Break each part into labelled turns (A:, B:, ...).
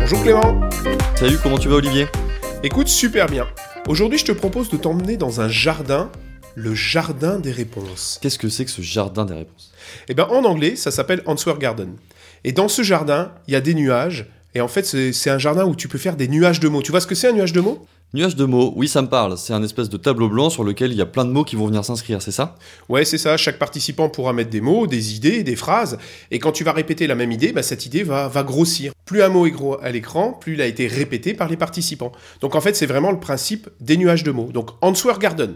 A: Bonjour Clément
B: Salut, comment tu vas Olivier
A: Écoute, super bien. Aujourd'hui, je te propose de t'emmener dans un jardin, le jardin des réponses.
B: Qu'est-ce que c'est que ce jardin des réponses
A: Eh bien, en anglais, ça s'appelle Answer Garden. Et dans ce jardin, il y a des nuages. Et en fait, c'est c'est un jardin où tu peux faire des nuages de mots. Tu vois ce que c'est un nuage de mots
B: Nuage de mots, oui ça me parle, c'est un espèce de tableau blanc sur lequel il y a plein de mots qui vont venir s'inscrire, c'est ça
A: Ouais, c'est ça. Chaque participant pourra mettre des mots, des idées, des phrases. Et quand tu vas répéter la même idée, bah, cette idée va, va grossir. Plus un mot est gros à l'écran, plus il a été répété par les participants. Donc en fait, c'est vraiment le principe des nuages de mots. Donc Answer Garden.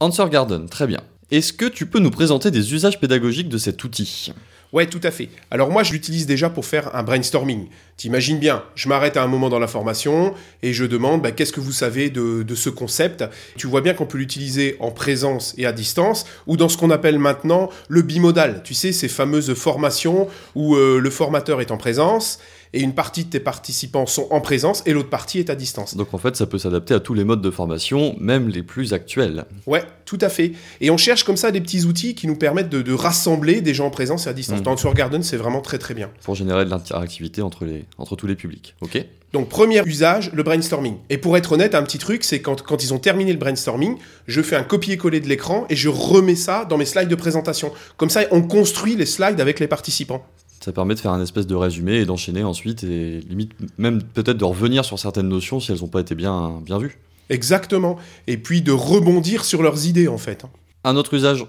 B: Answer Garden, très bien. Est-ce que tu peux nous présenter des usages pédagogiques de cet outil
A: Ouais, tout à fait. Alors moi, je l'utilise déjà pour faire un brainstorming. T'imagines bien, je m'arrête à un moment dans la formation et je demande bah, qu'est-ce que vous savez de, de ce concept. Tu vois bien qu'on peut l'utiliser en présence et à distance ou dans ce qu'on appelle maintenant le bimodal. Tu sais, ces fameuses formations où euh, le formateur est en présence et une partie de tes participants sont en présence et l'autre partie est à distance.
B: Donc en fait ça peut s'adapter à tous les modes de formation, même les plus actuels.
A: Ouais, tout à fait. Et on cherche comme ça des petits outils qui nous permettent de, de rassembler des gens en présence et à distance.
B: Mm.
A: Dans Answer Garden, c'est vraiment très très bien.
B: Pour générer de l'interactivité entre, les... entre tous les publics, ok
A: Donc premier usage, le brainstorming. Et pour être honnête, un petit truc, c'est quand, quand ils ont terminé le brainstorming, je fais un copier-coller de l'écran et je remets ça dans mes slides de présentation. Comme ça, on construit les slides avec les participants.
B: Ça permet de faire un espèce de résumé et d'enchaîner ensuite, et limite même peut-être de revenir sur certaines notions si elles n'ont pas été bien, bien vues.
A: Exactement. Et puis de rebondir sur leurs idées en fait. hein.
B: Un autre usage,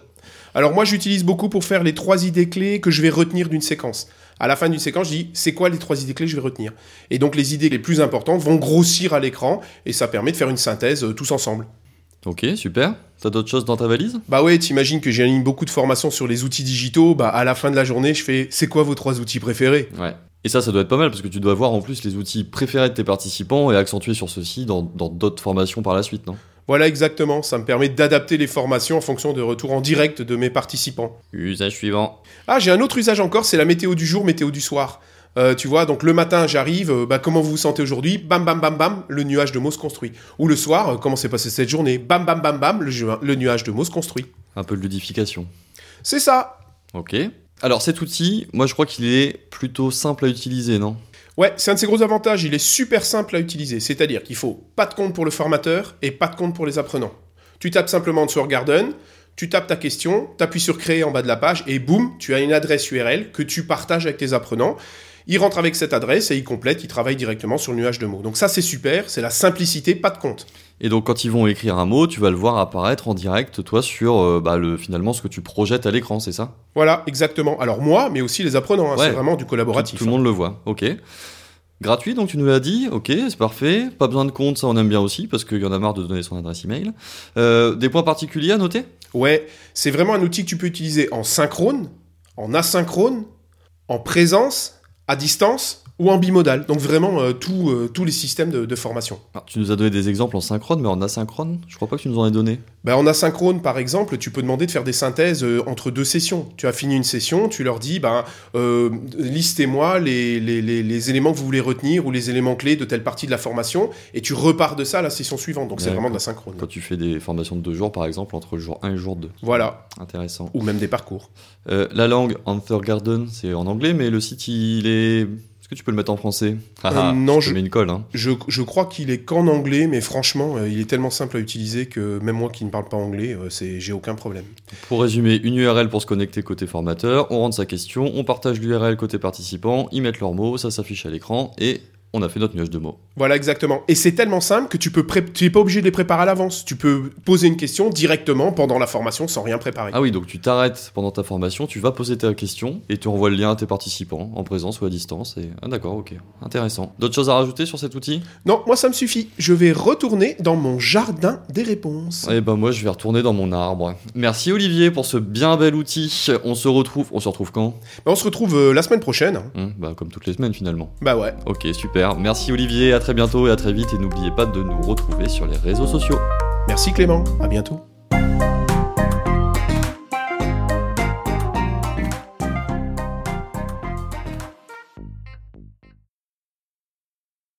A: Alors moi j'utilise beaucoup pour faire les trois idées clés que je vais retenir d'une séquence. À la fin d'une séquence, je dis c'est quoi les trois idées clés que je vais retenir. Et donc les idées les plus importantes vont grossir à l'écran et ça permet de faire une synthèse euh, tous ensemble.
B: ok super. T'as d'autres choses dans ta valise
A: Bah ouais, t'imagines que j'anime beaucoup de formations sur les outils digitaux, bah à la fin de la journée, je fais c'est quoi vos trois outils préférés
B: Ouais. Et ça, ça doit être pas mal parce que tu dois voir en plus les outils préférés de tes participants et accentuer sur ceci dans dans d'autres formations par la suite, non
A: Voilà exactement, ça me permet d'adapter les formations en fonction de retours en direct de mes participants.
B: Usage suivant.
A: Ah, j'ai un autre usage encore, c'est la météo du jour, météo du soir. Euh, tu vois, donc le matin, j'arrive, euh, bah, comment vous vous sentez aujourd'hui Bam, bam, bam, bam, le nuage de mots se construit. Ou le soir, euh, comment s'est passée cette journée Bam, bam, bam, bam, le, ju- le nuage de mots se construit.
B: Un peu de ludification.
A: C'est ça
B: Ok. Alors cet outil, moi je crois qu'il est plutôt simple à utiliser, non
A: Ouais, c'est un de ses gros avantages, il est super simple à utiliser, c'est-à-dire qu'il faut pas de compte pour le formateur et pas de compte pour les apprenants. Tu tapes simplement sur Garden, tu tapes ta question, tu appuies sur créer en bas de la page et boum, tu as une adresse URL que tu partages avec tes apprenants. Ils rentrent avec cette adresse et ils complètent, ils travaillent directement sur le nuage de mots. Donc ça c'est super, c'est la simplicité, pas de compte.
B: Et donc quand ils vont écrire un mot, tu vas le voir apparaître en direct, toi, sur euh, bah, le, finalement ce que tu projettes à l'écran, c'est ça
A: Voilà, exactement. Alors moi, mais aussi les apprenants, hein,
B: Ouais.
A: c'est vraiment du
B: tout,
A: collaboratif.
B: tout le monde le voit, ok. Gratuit, donc tu nous l'as dit, ok, c'est parfait. Pas besoin de compte, ça on aime bien aussi, parce qu'il y en a marre de donner son adresse email. Euh, des points particuliers à noter
A: Ouais, c'est vraiment un outil que tu peux utiliser en synchrone, en asynchrone, en présence, à distance ou en bimodal. Donc vraiment euh, tout, euh, tous les systèmes de, de formation.
B: Alors, Tu nous as donné des exemples en synchrone, mais en asynchrone, je crois pas que tu nous en aies donné.
A: Bah, en asynchrone, par exemple, tu peux demander de faire des synthèses euh, entre deux sessions. Tu as fini une session, tu leur dis, ben, euh, listez-moi les, les- les- les éléments que vous voulez retenir ou les éléments clés de telle partie de la formation, et tu repars de ça à la session suivante. Donc c'est
B: D'accord.
A: vraiment de l'asynchrone.
B: Quand tu fais des formations de deux jours, par exemple, entre le jour 1 et le jour 2.
A: Voilà,
B: Intéressant.
A: ou même des parcours.
B: Euh, la langue, Anther Garden, c'est en anglais, mais le site, il est... Est-ce que tu peux le mettre en français
A: Ah,
B: Haha,
A: Euh, non,
B: Ah, je te
A: je-
B: mets une colle. Hein.
A: Je, je crois qu'il est qu'en anglais, mais franchement, euh, il est tellement simple à utiliser que même moi qui ne parle pas anglais, euh, c'est j'ai aucun problème.
B: Pour résumer, une URL pour se connecter côté formateur, on rentre sa question, on partage l'URL côté participant, ils mettent leurs mots, ça s'affiche à l'écran, et on a fait notre nuage de mots.
A: Voilà exactement. Et c'est tellement simple que tu peux pré- tu n'es pas obligé de les préparer à l'avance. Tu peux poser une question directement pendant la formation sans rien préparer.
B: Ah oui, donc tu t'arrêtes pendant ta formation, tu vas poser ta question, et tu envoies le lien à tes participants, en présence ou à distance, et... Ah d'accord, ok, intéressant. D'autres choses à rajouter sur cet outil
A: Non, moi ça me suffit. Je vais retourner dans mon jardin des réponses.
B: Eh ben moi je vais retourner dans mon arbre. Merci Olivier pour ce bien bel outil. On se retrouve, on se retrouve quand
A: Bah, on se retrouve euh, la semaine prochaine.
B: Hum, Bah comme toutes les semaines finalement.
A: Bah ouais.
B: Ok super. Merci Olivier, à très bientôt et à très vite et n'oubliez pas de nous retrouver sur les réseaux sociaux.
A: Merci Clément. À bientôt.